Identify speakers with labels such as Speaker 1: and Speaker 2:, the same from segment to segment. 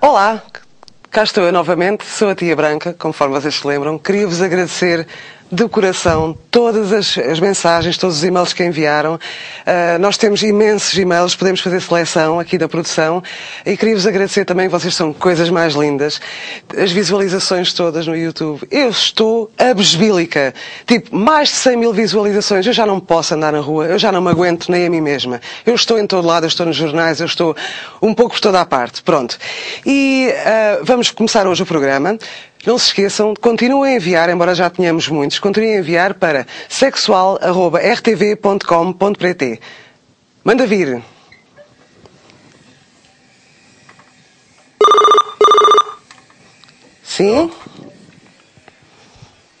Speaker 1: Olá, cá estou eu novamente, sou a Tia Branca, conforme vocês se lembram. Queria-vos agradecer do coração todas as, as mensagens, todos os e-mails que enviaram. Ah, nós temos imensos e-mails, podemos fazer seleção aqui da produção. E queria-vos agradecer também, vocês são coisas mais lindas. As visualizações todas no YouTube. Eu estou abesbílica. Tipo, mais de 100 mil visualizações. Eu já não posso andar na rua, eu já não me aguento nem a mim mesma. Eu estou em todo lado, eu estou nos jornais, eu estou um pouco por toda a parte. Pronto. E ah, vamos começar hoje o programa. Não se esqueçam, continuem a enviar, embora já tenhamos muitos, continuem a enviar para sexual.rtv.com.pt. Manda vir. Sim?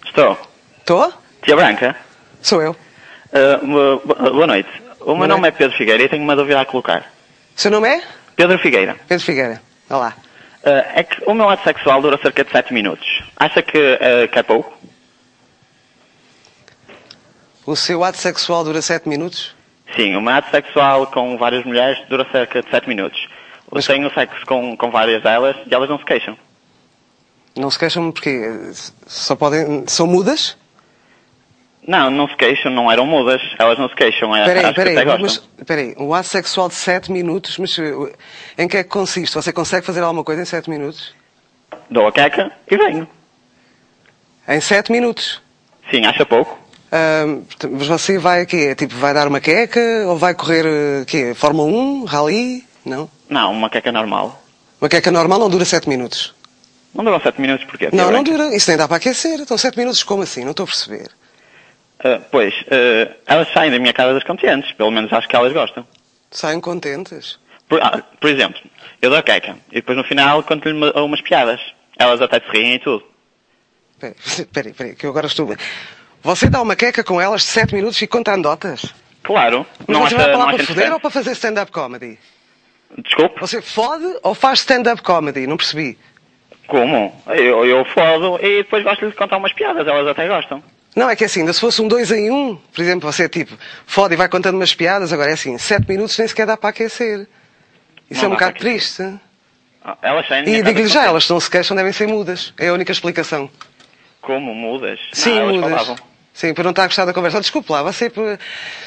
Speaker 2: Estou.
Speaker 1: Estou?
Speaker 2: Tia Branca,
Speaker 1: Sou eu.
Speaker 2: ah, bo- bo- boa noite. O
Speaker 1: Boa
Speaker 2: meu nome é
Speaker 1: noite.
Speaker 2: Pedro Figueira e tenho uma dúvida a colocar.
Speaker 1: Seu nome é?
Speaker 2: Pedro Figueira,
Speaker 1: Pedro Figueira. Olá.
Speaker 2: ah, é que o meu ato sexual dura cerca de 7 minutos. Acha que, ah, que é pouco?
Speaker 1: O seu ato sexual dura 7 minutos?
Speaker 2: Sim, o meu ato sexual com várias mulheres dura cerca de 7 minutos. Eu
Speaker 1: Mas-
Speaker 2: tenho sexo com, com várias delas e elas não se queixam.
Speaker 1: Não se queixam porque eh, só podem. São mudas?
Speaker 2: Não, não se queixam, não eram mudas. Elas não se queixam, é,
Speaker 1: Peraí,
Speaker 2: acho que
Speaker 1: peraí,
Speaker 2: até gostam.
Speaker 1: mas peraí, um ato sexual de 7 minutos, mas uh, em que é que consiste? Você consegue fazer alguma coisa em 7 minutos?
Speaker 2: Dou a queca e venho.
Speaker 1: Em 7 minutos.
Speaker 2: Sim, acha pouco?
Speaker 1: Ahm, portanto, mas você vai aqui, é tipo, vai dar uma queca ou vai correr uh, quê? Fórmula 1, rally? Não?
Speaker 2: Não, uma queca normal.
Speaker 1: Uma queca normal não dura 7 minutos.
Speaker 2: Não duram 7 minutos porquê? Tia
Speaker 1: não, não
Speaker 2: Branca?
Speaker 1: dura. Isso nem dá para aquecer. Então 7 minutos como assim? Não estou a perceber.
Speaker 2: Ah, pois, ah, elas saem da minha casa descontentes, pelo menos acho que elas gostam.
Speaker 1: Saem contentes.
Speaker 2: Por, ah, por exemplo, eu dou queca e depois no final conto-lhe uma- umas piadas. Elas até se riem e tudo.
Speaker 1: Peraí, peraí, peraí, que eu agora estou. Você dá uma queca com elas de 7 minutos e conta anedotas?
Speaker 2: Claro,
Speaker 1: Mas
Speaker 2: não
Speaker 1: você
Speaker 2: acha,
Speaker 1: vai para
Speaker 2: não
Speaker 1: lá
Speaker 2: acha
Speaker 1: para foder ou
Speaker 2: interessante?
Speaker 1: para fazer stand-up comedy?
Speaker 2: Desculpe,
Speaker 1: Você fode ou faz stand-up comedy? Não percebi.
Speaker 2: como? Eu, eu fodo e depois gosto-lhe de contar umas piadas, elas até gostam.
Speaker 1: Não, é que é assim, ainda se fosse um dois em um, por exemplo, você tipo, fode e vai contando umas piadas, agora é assim, sete minutos nem sequer dá para aquecer. Isso
Speaker 2: Não
Speaker 1: é um
Speaker 2: dá para
Speaker 1: bocado triste.
Speaker 2: Ah, Elas saem da minha
Speaker 1: E
Speaker 2: casa
Speaker 1: digo-lhe já,
Speaker 2: descontentes.
Speaker 1: elas se não se queixam devem ser mudas. É a única explicação.
Speaker 2: Como? Mudas? Não,
Speaker 1: Sim,
Speaker 2: elas
Speaker 1: mudas.
Speaker 2: falavam.
Speaker 1: Sim, para não estar a gostar da conversa. Desculpe lá, você por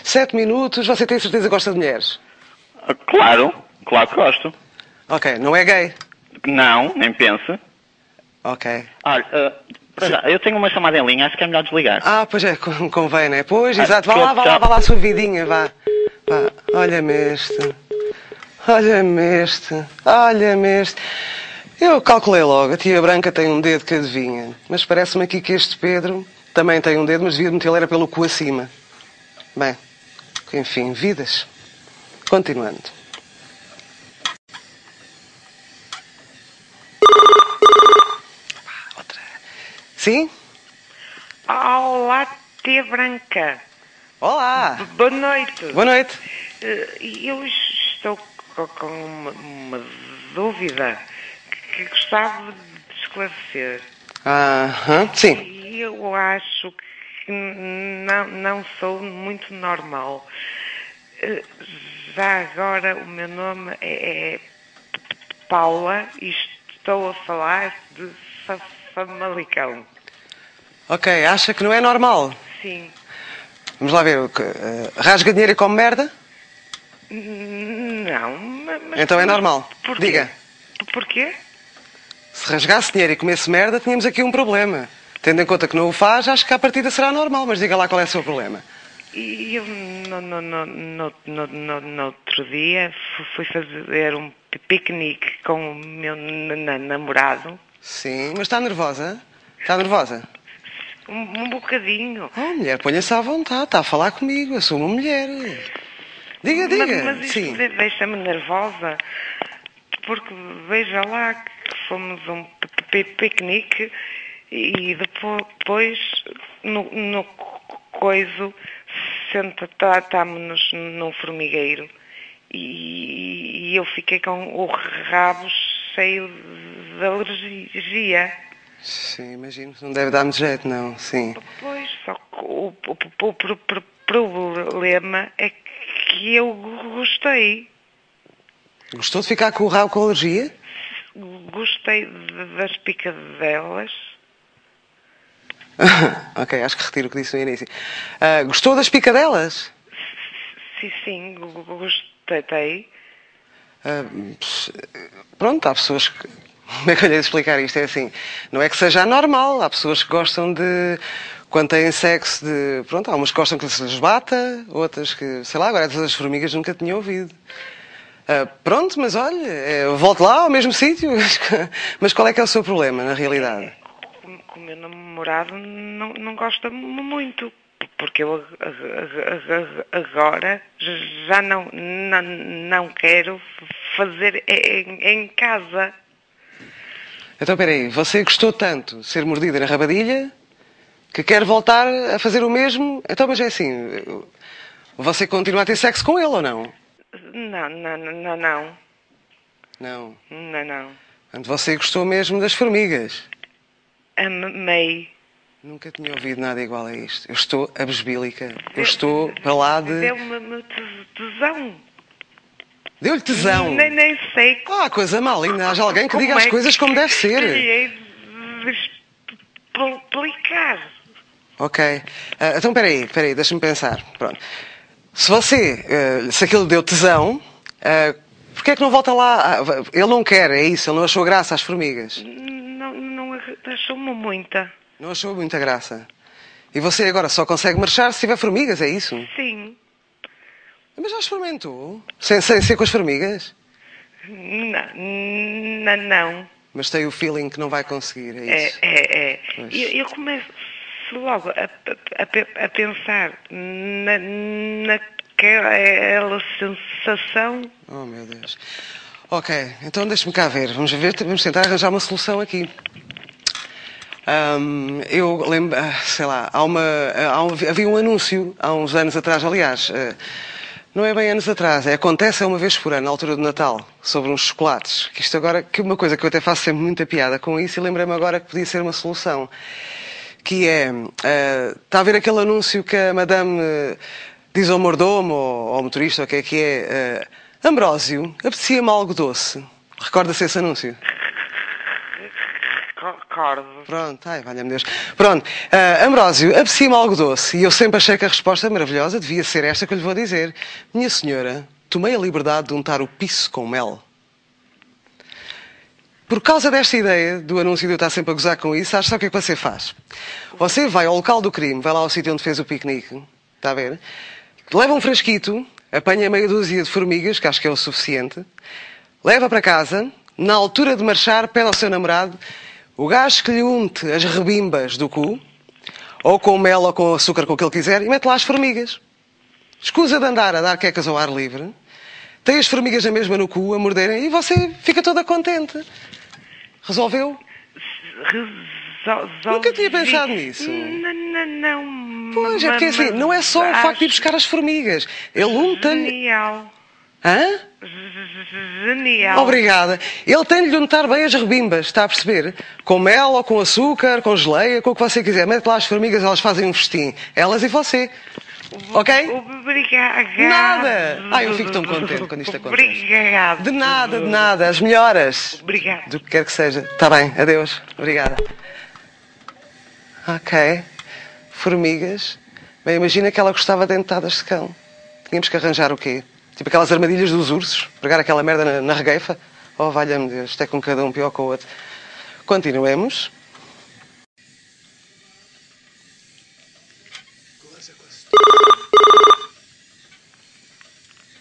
Speaker 1: sete minutos, você tem certeza que gosta de mulheres.
Speaker 2: Ah, Claro, claro que gosto.
Speaker 1: Ok, não é gay.
Speaker 2: Não, nem pense.
Speaker 1: Ok.
Speaker 2: Olha, ah, para já, eu tenho uma chamada em linha, acho que é melhor desligar.
Speaker 1: Ah, pois é, con- convém, né? Pois,
Speaker 2: Ah,
Speaker 1: exato. Vá lá, vá lá,
Speaker 2: tchau.
Speaker 1: vá lá a sua vidinha, vá. vá. Olha-me este. Olha-me este. Olha-me este. Eu calculei logo, a tia Branca tem um dedo que adivinha. Mas parece-me aqui que este Pedro também tem um dedo, mas devia metê-lo era pelo cu acima. Bem, enfim, vidas. Continuando. Vá, Outra. Sim?
Speaker 3: Olá, Tia Branca.
Speaker 1: Olá!
Speaker 3: Boa noite.
Speaker 1: Boa noite.
Speaker 3: Eh, Eu estou co- com uma, uma dúvida que que gostava de esclarecer.
Speaker 1: Aham, sim.
Speaker 3: E Eu acho que n- não, não sou muito normal. Eh, Já agora o meu nome é, é Paula e estou a falar de Fa- Famalicão.
Speaker 1: Ok, acha que não é normal?
Speaker 3: Sim.
Speaker 1: Vamos lá ver. o que, eh, rasga dinheiro e come merda?
Speaker 3: Não, ma- mas.
Speaker 1: Então é normal.
Speaker 3: Porquê?
Speaker 1: Diga.
Speaker 3: Porquê?
Speaker 1: Se rasgasse dinheiro e comesse merda, tínhamos aqui um problema. Tendo em conta que não o faz, acho que a partida será normal, mas diga lá qual é o seu problema.
Speaker 3: E Eu, no, no, no, no, no, no, no outro dia, fu- fui fazer um pi- piquenique com o meu na- na- namorado.
Speaker 1: Sim, mas está nervosa? Está nervosa?
Speaker 3: Um, um bocadinho.
Speaker 1: Oh, mulher, ponha-se à vontade, está a falar comigo, eu sou uma mulher. Diga,
Speaker 3: Ma-
Speaker 1: diga.
Speaker 3: Mas, isto
Speaker 1: Sim.
Speaker 3: de- deixa-me nervosa, porque veja lá que fomos a um pi- pi- piquenique e depo- depois no, no co- coiso sentámos-nos num formigueiro e, e eu fiquei com o rabo cheio de alergia.
Speaker 1: Sim, imagino. Não deve dar-me jeito, não. Sim.
Speaker 3: Pois, só que o, o- o- o- o problema é que eu gostei.
Speaker 1: Gostou de ficar com o rabo com alergia?
Speaker 3: gostei de- das picadelas.
Speaker 1: ok, acho que retiro o que disse no início. Ah, gostou das picadelas?
Speaker 3: Sim, sim, go- go- gostei.
Speaker 1: Ah, pss, pronto, há pessoas que. Como é que eu lhe hei de explicar isto? É assim, não é que seja anormal, há pessoas que gostam de. Quando têm sexo, de. Pronto, há umas que gostam que se lhes bata, outras que. Sei lá, agora essas das formigas nunca tinha ouvido. Ah, pronto, mas olha, é, volto lá ao mesmo sítio. mas qual é que é o seu problema, na realidade?
Speaker 3: Como- como o meu namorado não, não gosta mu- muito, porque eu ag- ag- ag- agora já não, não, não quero fazer em, em casa.
Speaker 1: Então, peraí, você gostou tanto de ser mordida na rabadilha que quer voltar a fazer o mesmo? Então, mas é assim, você continua a ter sexo com ele ou não?
Speaker 3: Não, não, não, não,
Speaker 1: Não.
Speaker 3: não, não.
Speaker 1: Portanto, você gostou mesmo das formigas.
Speaker 3: Amei.
Speaker 1: Nunca tinha ouvido nada igual a isto. Eu estou abesbílica. Eu estou para lá de.
Speaker 3: Deu-me tes- É tesão.
Speaker 1: Deu-lhe tesão.
Speaker 3: Nem, nem sei
Speaker 1: Ah, coisa mal, ainda haja alguém que diga as
Speaker 3: é
Speaker 1: coisas como deve ser.
Speaker 3: Criei de explicar.
Speaker 1: Ok. Ah, então, peraí, peraí, deixa-me pensar. Pronto. Se você. ah, se aquilo deu tesão, ah, porquê é que não volta lá? Ah, ele não quer, é isso, ele não achou graça às formigas.
Speaker 3: Não, não achou-me muita.
Speaker 1: Não achou muita graça. E você agora só consegue marchar se tiver formigas, é isso?
Speaker 3: Sim.
Speaker 1: Mas já experimentou? Sem, sem ser com as formigas?
Speaker 3: Não, não. não.
Speaker 1: Mas tem o feeling que não vai conseguir, é
Speaker 3: É,
Speaker 1: isso?
Speaker 3: é, é.
Speaker 1: Pois.
Speaker 3: Eu, eu começo logo a, a- a pe- a pensar na, naquela sensação.
Speaker 1: Oh, meu Deus. Ok, então deixe-me cá ver. Vamos ver, vamos tentar arranjar uma solução aqui. Ahm, eu lembro, ah, sei lá, há uma, há um- havia um anúncio há uns anos atrás, aliás, eh, não é bem anos atrás, é, acontece uma vez por ano, na altura do Natal, sobre uns chocolates. Que isto agora, que uma coisa que eu até faço sempre muita piada com isso e lembrei-me agora que podia ser uma solução. que é. eh, está a ver aquele anúncio que a madame eh, diz ao mordomo ou ao motorista, ou o que é que é? eh, Ambrósio, apetecia-me algo doce. Recorda-se esse anúncio?
Speaker 3: Recordo.
Speaker 1: Pronto, ai, valha-me Deus. Pronto, ah, Ambrósio, apetecia-me algo doce. E eu sempre achei que a resposta maravilhosa devia ser esta que eu lhe vou dizer. Minha senhora, tomei a liberdade de untar o piso com mel. Por causa desta ideia do anúncio de eu estar sempre a gozar com isso, acho só o que é que você faz. Você vai ao local do crime, vai lá ao sítio onde fez o piquenique, está a ver? Leva um frasquito, apanha meia dúzia de formigas, que acho que é o suficiente, leva para casa, na altura de marchar, pede ao seu namorado o gajo que lhe unte as rebimbas do cu, ou com mel ou com açúcar, com o que ele quiser, e mete lá as formigas. Escusa de andar a dar quecas ao ar livre, tem as formigas na mesma no cu a morderem e você fica toda contente. Resolveu?
Speaker 3: Resol-
Speaker 1: Nunca tinha
Speaker 3: resolvi.
Speaker 1: pensado nisso.
Speaker 3: Não, não, não.
Speaker 1: Pois, é porque
Speaker 3: mas-
Speaker 1: assim, não é só o
Speaker 3: mas
Speaker 1: facto de ir buscar as formigas. Ele unta-lhe.
Speaker 3: Genial.
Speaker 1: Hã?
Speaker 3: Genial.
Speaker 1: Obrigada. Ele tem de lhe untar bem as rebimbas, está a perceber? Com mel ou com açúcar, com geleia, com o que você quiser. Mete lá as formigas, elas fazem um festim. Elas e você. Ok?
Speaker 3: Obrigada.
Speaker 1: Nada. Ai, eu fico tão contente quando isto acontece.
Speaker 3: Obrigada.
Speaker 1: De nada, de nada. As melhoras.
Speaker 3: Obrigada.
Speaker 1: Do que quer que seja. Está bem, adeus. Obrigada. Ok. Formigas. Bem, imagina que ela gostava de dentadas de cão. Tínhamos que arranjar o quê? Tipo aquelas armadilhas dos ursos? Pregar aquela merda na, na regueifa? Oh, valha-me Deus, isto é com cada um pior que o outro. Continuemos.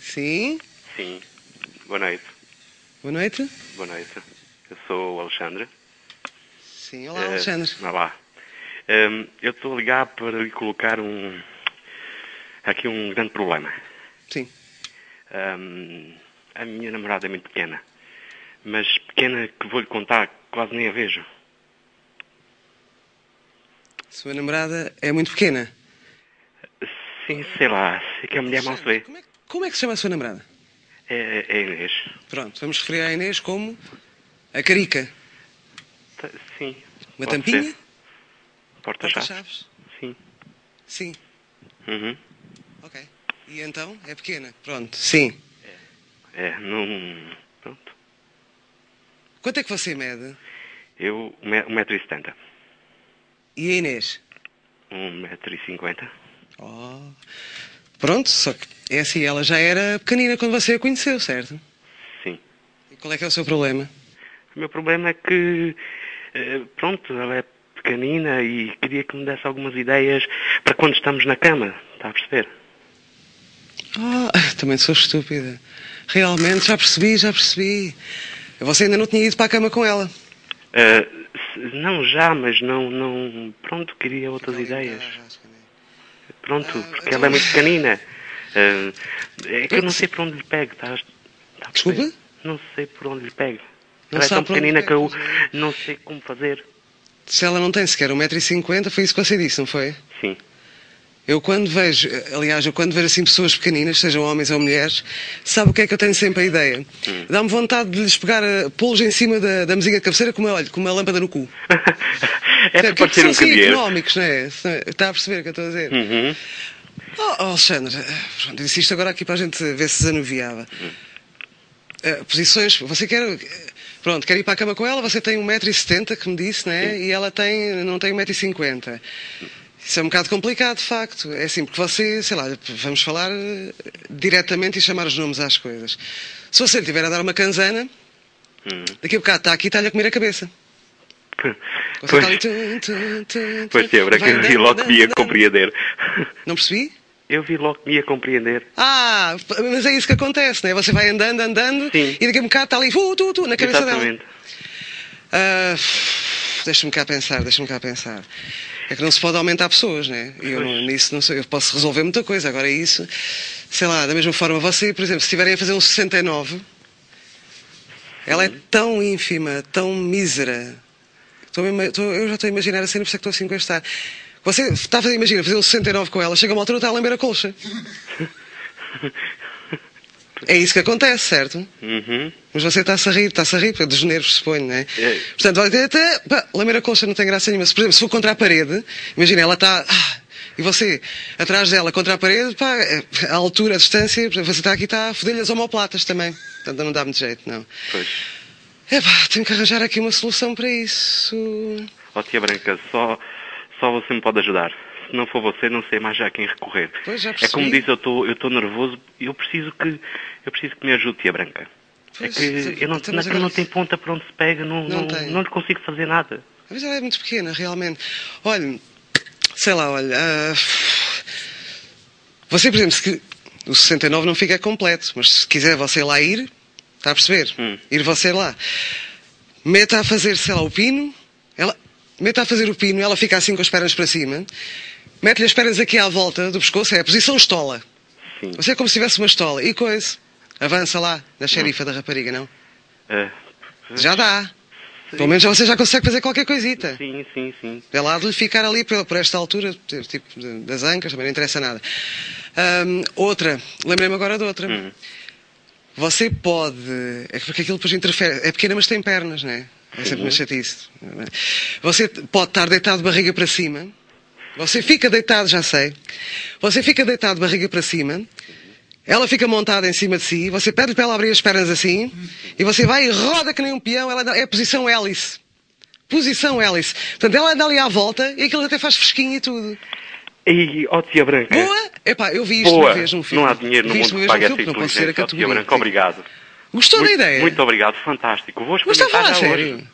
Speaker 1: Sim,
Speaker 4: Sim. Boa noite.
Speaker 1: boa noite.
Speaker 4: Boa noite. Eu sou o Alexandre.
Speaker 1: Sim, olá, Alexandre.
Speaker 4: Eh, olá. Ehm, eu estou a ligar para lhe colocar um... Aqui um grande problema.
Speaker 1: Sim.
Speaker 4: Ehm, a minha namorada é muito pequena. Mas pequena que vou-lhe contar, quase nem a vejo.
Speaker 1: Sua namorada é muito pequena.
Speaker 4: Sim, sei lá. Sei que a mulher mal se vê.
Speaker 1: Como é, como é que se chama a sua namorada?
Speaker 4: É, é Inês.
Speaker 1: Pronto, vamos referir à Inês como a Carica.
Speaker 4: Tá- Sim.
Speaker 1: Uma
Speaker 4: pode
Speaker 1: tampinha?
Speaker 4: ser. Porta-chaves?
Speaker 1: Porta-chaves?
Speaker 4: Sim.
Speaker 1: Sim.
Speaker 4: Uhum.
Speaker 1: Ok. E então? É pequena? Pronto. Sim.
Speaker 4: É, não... Pronto.
Speaker 1: Quanto é que você mede?
Speaker 4: Eu, 1,70m.
Speaker 1: E a Inês?
Speaker 4: 1,50m.
Speaker 1: Oh. Pronto, só que é assim, ela já era pequenina quando você a conheceu, certo?
Speaker 4: Sim.
Speaker 1: E qual é que é o seu problema?
Speaker 4: O meu problema é que, eh, pronto, ela é pequenina e queria que me desse algumas ideias para quando estamos na cama, está a perceber?
Speaker 1: Ah, também sou estúpida. Realmente, já percebi, já percebi. Você ainda não tinha ido para a cama com ela.
Speaker 4: Eh, se- não já, mas não, não, pronto, queria outras ideias. Pronto, porque ela é muito pequenina. Eh, é que eu não sei por onde lhe pego, está, está a perceber?
Speaker 1: Desculpe?
Speaker 4: Não sei por onde lhe pego.
Speaker 1: Não
Speaker 4: Ela
Speaker 1: sabe
Speaker 4: é tão
Speaker 1: por onde
Speaker 4: pequenina que eu
Speaker 1: pega, pois é.
Speaker 4: não sei como fazer.
Speaker 1: Se ela não tem sequer 1,50m, foi isso que você disse, não foi?
Speaker 4: Sim,
Speaker 1: Eu quando vejo, aliás, eu quando vejo assim pessoas pequeninas, sejam homens ou mulheres, sabe o que é que eu tenho sempre a ideia?
Speaker 4: Hum.
Speaker 1: Dá-me vontade de lhes pegar, eh, pô-los em cima da, da mesinha de cabeceira com uma, olha, com uma lâmpada no cu.
Speaker 4: é para
Speaker 1: Porque
Speaker 4: parecer
Speaker 1: são
Speaker 4: um
Speaker 1: assim
Speaker 4: candeeiro.
Speaker 1: económicos, não é? Está a perceber o que eu estou a dizer?
Speaker 4: Uhum.
Speaker 1: Oh, oh, Alexandre, eh, pronto, disse isto agora aqui para a gente ver se desanuviava.
Speaker 4: Hum.
Speaker 1: Eh, posições, você quer. eh, Pronto, quer ir para a cama com ela, você tem 1,70m, que me disse, né? E ela tem, não tem 1,50m. Isso é um bocado complicado, de facto. É assim, porque você, sei lá, vamos falar eh, diretamente e chamar os nomes às coisas. Se você lhe tiver a dar uma canzana,
Speaker 4: Hum.
Speaker 1: daqui a bocado está aqui e está-lhe a comer a cabeça. Você está ali,
Speaker 4: Pois,
Speaker 1: tum, tum, tum,
Speaker 4: pois
Speaker 1: tum,
Speaker 4: teve, é que
Speaker 1: Então, vai
Speaker 4: eu vi
Speaker 1: andando,
Speaker 4: logo que me ia
Speaker 1: andando,
Speaker 4: compreender.
Speaker 1: andando. Não percebi?
Speaker 4: Eu vi logo que me ia compreender.
Speaker 1: Ah, mas é isso que acontece, não é? Você vai andando, andando
Speaker 4: Sim.
Speaker 1: e daqui a bocado está ali, tu, tu, tu, na cabeça dela.
Speaker 4: Exatamente.
Speaker 1: Ah, deixa-me cá pensar, deixa-me cá pensar. É que não se pode aumentar pessoas, não é? Eu não-
Speaker 4: Pois.
Speaker 1: nisso não sei, eu posso resolver muita coisa. Agora isso, sei lá, da mesma forma, você, por exemplo, se estiverem a fazer um 69, ela é tão ínfima, tão mísera. Estou mesmo a- estou- eu já estou a imaginar a cena, por isso é que estou assim com este ar. Você está a fazer, imagina, fazer um 69 com ela, chega a uma altura e está a lamber a colcha. É isso que acontece, certo?
Speaker 4: Uhum.
Speaker 1: Mas você está-se a rir, está-se a rir, porque dos nervos suponho, não é?
Speaker 4: É.
Speaker 1: Portanto, vai ter até. Pá, lamer a colcha não tem graça nenhuma. Se, por exemplo, se for contra a parede, imagina, ela está. ah, e você, atrás dela, contra a parede, pá, é, a altura, a distância, por exemplo, você está aqui, está a foder-lhe as homoplatas também. Portanto, não dá muito jeito, não.
Speaker 4: Pois.
Speaker 1: É pá, tenho que arranjar aqui uma solução para isso.
Speaker 4: Ó tia Branca, só, só você me pode ajudar. Se não for você, não sei mais já a quem recorrer.
Speaker 1: Pois, já
Speaker 4: é como
Speaker 1: percebi.
Speaker 4: disse, eu estou eu tô nervoso e eu preciso que eu preciso que me ajude, tia Branca.
Speaker 1: Pois,
Speaker 4: é que eu não,
Speaker 1: estamos
Speaker 4: não,
Speaker 1: agora-
Speaker 4: não tem ponta para onde se pega, não,
Speaker 1: Não
Speaker 4: não,
Speaker 1: tem.
Speaker 4: não, lhe consigo fazer nada.
Speaker 1: Às vezes ela é muito pequena, realmente. Olha, sei lá, olha. ah, você, por exemplo, se que, o 69 não fica completo, mas se quiser você lá ir, está a perceber?
Speaker 4: Hum.
Speaker 1: Ir você lá. Meta a fazer, sei lá, o pino, ela, meta a fazer o pino, ela fica assim com as pernas para cima, mete-lhe as pernas aqui à volta do pescoço, é a posição estola.
Speaker 4: Sim.
Speaker 1: Você é como se tivesse uma estola. E coisa, avança lá, na
Speaker 4: Hum.
Speaker 1: xerifa da rapariga, não?
Speaker 4: Ah,
Speaker 1: Já dá. Pelo menos você já consegue fazer qualquer coisita.
Speaker 4: sim, sim, sim.
Speaker 1: É lá de lhe ficar ali por, por esta altura, tipo de- das ancas, também não interessa nada. Ahm, outra, lembrei-me agora de outra. Você pode. É que porque aquilo depois interfere. É pequena, mas tem pernas, não é? É sempre uma chatice. é? Você pode estar deitado de barriga para cima. Você fica deitado, já sei. Você fica deitado de barriga para cima. Ela fica montada em cima de si. Você pede para ela abrir as pernas assim. E você vai e roda que nem um peão. Ela é a posição hélice. Posição hélice. Portanto, ela anda ali à volta e aquilo até faz fresquinho e tudo.
Speaker 4: E, ó tia Branca.
Speaker 1: Boa? Epá, eu vi isto
Speaker 4: É. Boa.
Speaker 1: uma vez num filme.
Speaker 4: Não há dinheiro no
Speaker 1: Vi
Speaker 4: mundo
Speaker 1: isto
Speaker 4: que
Speaker 1: uma
Speaker 4: pague
Speaker 1: vez num
Speaker 4: essa
Speaker 1: filme, não pode ser a
Speaker 4: inteligência, ó tia
Speaker 1: categoria.
Speaker 4: Branca. Obrigado.
Speaker 1: Gostou
Speaker 4: muito,
Speaker 1: da ideia?
Speaker 4: Muito obrigado, fantástico. Vou
Speaker 1: Mas está a
Speaker 4: experimentar
Speaker 1: falar
Speaker 4: já
Speaker 1: sério?
Speaker 4: hoje.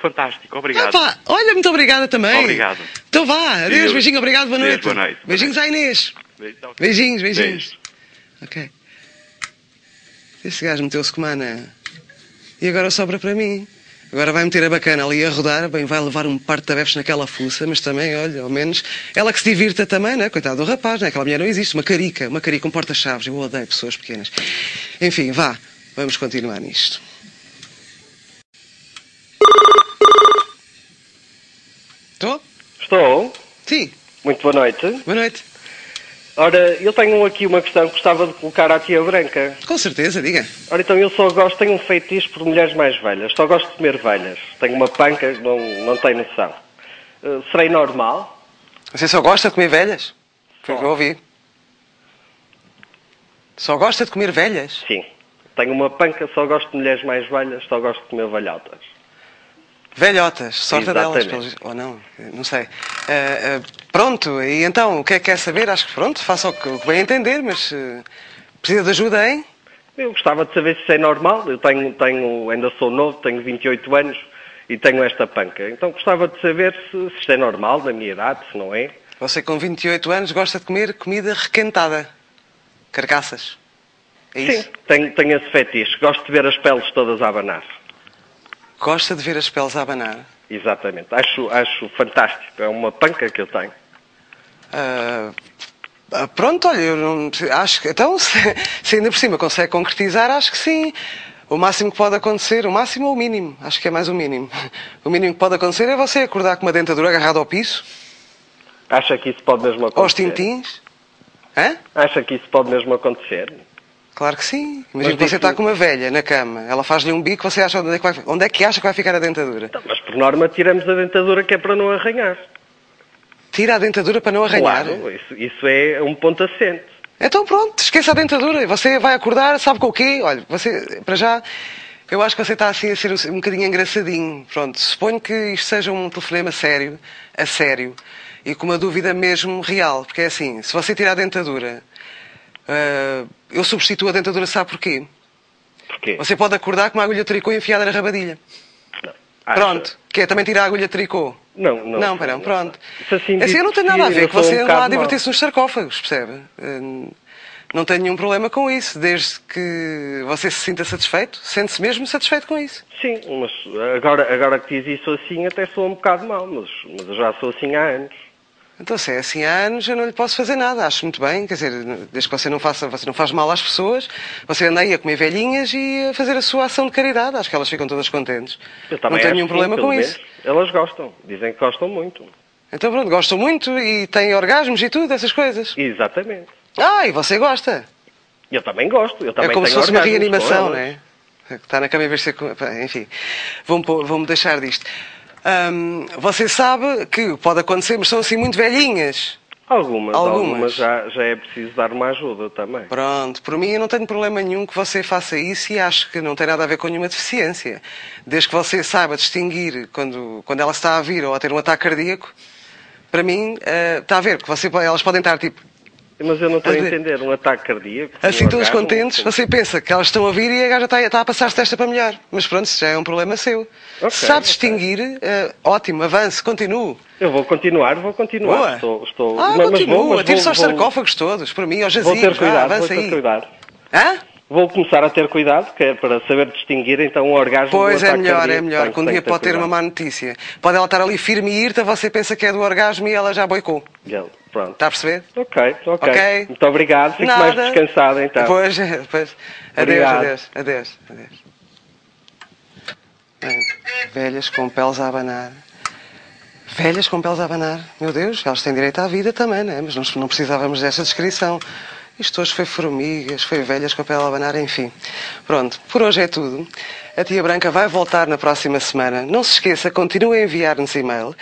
Speaker 4: Fantástico, obrigado.
Speaker 1: Ah, pá, olha, muito obrigada também.
Speaker 4: Obrigado.
Speaker 1: Então vá, adeus,
Speaker 4: Adeus.
Speaker 1: beijinho, obrigado, boa
Speaker 4: Adeus,
Speaker 1: noite.
Speaker 4: boa noite.
Speaker 1: Beijinhos à Inês.
Speaker 4: Beijo, tchau.
Speaker 1: Beijinhos, beijinhos.
Speaker 4: Beijo.
Speaker 1: Ok. Este gajo meteu-se com mana. E agora sobra para mim. Agora vai meter a bacana ali a rodar, bem, vai levar um par de tabefes naquela fuça, mas também, olha, ao menos ela que se divirta também, né? Coitado do rapaz, né? Aquela mulher não existe, uma carica, uma carica, um porta-chaves. Eu odeio pessoas pequenas. Enfim, vá, vamos continuar nisto. Estou?
Speaker 5: Estou.
Speaker 1: Sim,
Speaker 5: Muito boa noite.
Speaker 1: boa noite.
Speaker 5: Ora, eu tenho aqui uma questão que gostava de colocar à tia Branca.
Speaker 1: Com certeza, diga.
Speaker 5: Ora, então eu só gosto, tenho um feitiço por mulheres mais velhas. Só gosto de comer velhas. Tenho uma panca que não, não tem noção. Eh, serei normal?
Speaker 1: Você só gosta de comer velhas? Foi o que eu ouvi. Só gosta de comer velhas?
Speaker 5: Sim. Tenho uma panca, só gosto de mulheres mais velhas, só gosto de comer valhotas.
Speaker 1: Velhotas, sorte delas,
Speaker 5: Exatamente.
Speaker 1: pelos- ou não, não sei. Ah, ah, pronto, e então, o que é que quer saber? Acho que pronto, faça o que, o que bem entender, mas eh, precisa de ajuda, hein?
Speaker 5: Eu gostava de saber se isso é normal. Eu tenho, tenho, ainda sou novo, tenho 28 anos e tenho esta panca. Então gostava de saber se, se isto é normal na minha idade, se não é.
Speaker 1: Você com 28 anos gosta de comer comida requentada, carcaças, é isso?
Speaker 5: Sim, tenho, tenho esse fetiche. Gosto de ver as peles todas a abanar.
Speaker 1: Gosta de ver as peles a abanar?
Speaker 5: Exatamente. Acho, acho fantástico. É uma panca que eu tenho.
Speaker 1: Ah, ah, pronto, olha, eu não, acho que. Então, se, se ainda por cima consegue concretizar, acho que sim. O máximo que pode acontecer, o máximo ou o mínimo, acho que é mais o mínimo. O mínimo que pode acontecer é você acordar com uma dentadura agarrada ao piso,
Speaker 5: Acha que isso pode mesmo
Speaker 1: aos
Speaker 5: acontecer?
Speaker 1: tintins. Hã?
Speaker 5: Acha que isso pode mesmo acontecer?
Speaker 1: Claro que sim. Imagina
Speaker 5: Mas
Speaker 1: que você
Speaker 5: disse-
Speaker 1: está com uma velha na cama, ela faz-lhe um bico, você acha onde é, que vai, onde é que acha que vai ficar a dentadura?
Speaker 5: Então, mas por norma tiramos a dentadura que é para não arranhar.
Speaker 1: Tira a dentadura para não arranhar.
Speaker 5: Claro, isso, isso é um ponto assente.
Speaker 1: Então pronto, esqueça a dentadura. Você vai acordar, sabe com o quê? Olha, você, para já, eu acho que você está assim a ser um, um bocadinho engraçadinho. Pronto, suponho que isto seja um telefonema sério, a sério, e com uma dúvida mesmo real. Porque é assim, se você tirar a dentadura, ah, eu substituo a dentadura, sabe porquê?
Speaker 5: Porquê?
Speaker 1: Você pode acordar com uma agulha de tricô enfiada na rabadilha.
Speaker 5: Não. Acha?
Speaker 1: Pronto, que é também tirar a agulha de tricô.
Speaker 5: Não, não.
Speaker 1: Não, pera, pronto.
Speaker 5: Se assim
Speaker 1: assim, eu não tenho
Speaker 5: discutir,
Speaker 1: nada a ver
Speaker 5: eu
Speaker 1: que
Speaker 5: sou
Speaker 1: você
Speaker 5: um
Speaker 1: anda lá a
Speaker 5: bocado mau.
Speaker 1: divertir-se nos sarcófagos, percebe? Eh, Não tenho nenhum problema com isso, desde que você se sinta satisfeito, sente-se mesmo satisfeito com isso.
Speaker 5: Sim, mas agora, agora que diz isso assim, até sou um bocado mau, mas, mas eu já sou assim há anos.
Speaker 1: Então, se é assim há anos, eu não lhe posso fazer nada, acho muito bem, quer dizer, desde que você não faça, você não faz mal às pessoas, você anda aí a comer velhinhas e a fazer a sua ação de caridade, acho que elas ficam todas contentes.
Speaker 5: Eu
Speaker 1: Não
Speaker 5: também
Speaker 1: tenho
Speaker 5: acho
Speaker 1: nenhum
Speaker 5: que
Speaker 1: problema
Speaker 5: sim, pelo
Speaker 1: com isso.
Speaker 5: menos. Elas gostam, dizem que gostam muito.
Speaker 1: Então, pronto, gostam muito e têm orgasmos e tudo, essas coisas.
Speaker 5: Exatamente.
Speaker 1: Ah, e você gosta?
Speaker 5: Eu também gosto, eu também
Speaker 1: é como se
Speaker 5: tenho
Speaker 1: fosse uma
Speaker 5: orgasmos com
Speaker 1: reanimação,
Speaker 5: elas.
Speaker 1: não é? Está na cama em vez de ser. com- pá, Enfim, vou-me pôr- vou-me deixar disto. Hum, você sabe que pode acontecer, mas são assim muito velhinhas.
Speaker 5: Algumas,
Speaker 1: Algumas.
Speaker 5: algumas, já, já é preciso dar uma ajuda também.
Speaker 1: Pronto, por mim eu não tenho problema nenhum que você faça isso e acho que não tem nada a ver com nenhuma deficiência. Desde que você saiba distinguir quando, quando ela está a vir ou a ter um ataque cardíaco, para mim, eh, está a ver que você, elas podem estar tipo
Speaker 5: Mas eu não estou a
Speaker 1: Quer dizer,
Speaker 5: entender, um ataque cardíaco.
Speaker 1: Assim
Speaker 5: um
Speaker 1: todos
Speaker 5: orgasmo,
Speaker 1: contentes,
Speaker 5: como-
Speaker 1: você pensa que elas estão a vir e a gaja está, está a passar-se desta para melhor. Mas pronto, isso já é um problema seu.
Speaker 5: Ok,
Speaker 1: Se sabe
Speaker 5: ok.
Speaker 1: distinguir, eh, ótimo, avance, continue.
Speaker 5: Eu vou continuar, vou continuar.
Speaker 1: Boa.
Speaker 5: Estou, estou...
Speaker 1: Ah,
Speaker 5: mas- mas
Speaker 1: continua,
Speaker 5: vou, mas
Speaker 1: atire só
Speaker 5: vou-
Speaker 1: os
Speaker 5: vou-
Speaker 1: sarcófagos todos, por mim, aos
Speaker 5: Vou
Speaker 1: jazigos,
Speaker 5: ter
Speaker 1: vá,
Speaker 5: cuidado, vou
Speaker 1: avance
Speaker 5: ter
Speaker 1: aí.
Speaker 5: cuidado.
Speaker 1: Hã?
Speaker 5: Vou começar a ter cuidado, que é para saber distinguir então um orgasmo
Speaker 1: Pois
Speaker 5: do
Speaker 1: é
Speaker 5: ataque
Speaker 1: melhor, é
Speaker 5: cardíaco.
Speaker 1: melhor,
Speaker 5: Tenho-
Speaker 1: que um
Speaker 5: tenho
Speaker 1: dia
Speaker 5: que
Speaker 1: pode ter uma
Speaker 5: cuidado.
Speaker 1: má notícia. Pode ela estar ali firme e irta, você pensa que é do orgasmo e ela já boicou.
Speaker 5: Ele, Pronto.
Speaker 1: Está a perceber?
Speaker 5: Ok, ok.
Speaker 1: Tá. Ok.
Speaker 5: Muito obrigado. Fico mais
Speaker 1: Nada.
Speaker 5: descansado então.
Speaker 1: Pois, é, pois. Adeus,
Speaker 5: Obrigado.
Speaker 1: adeus, adeus, adeus. Bem, velhas com peles a abanar. Velhas com peles a abanar. Meu Deus, elas têm direito à vida também, não é? Mas nós não precisávamos dessa descrição. Isto hoje foi formigas, foi velhas com a pele a abanar, enfim. Pronto, por hoje é tudo. A Tia Branca vai voltar na próxima semana. Não se esqueça, continue a enviar-nos e-mail.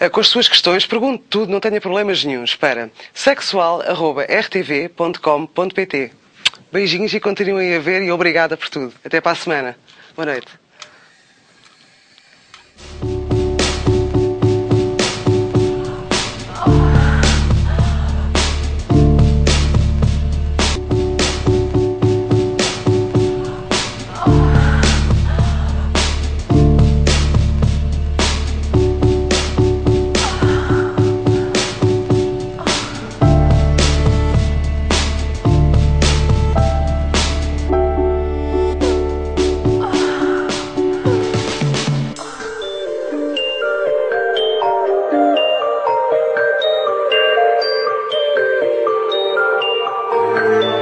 Speaker 1: Eh, Com as suas questões, pergunte tudo, não tenha problemas nenhuns. Para sexual.rtv.com.pt Beijinhos e continuem a ver e obrigada por tudo. Até para a semana. Boa noite.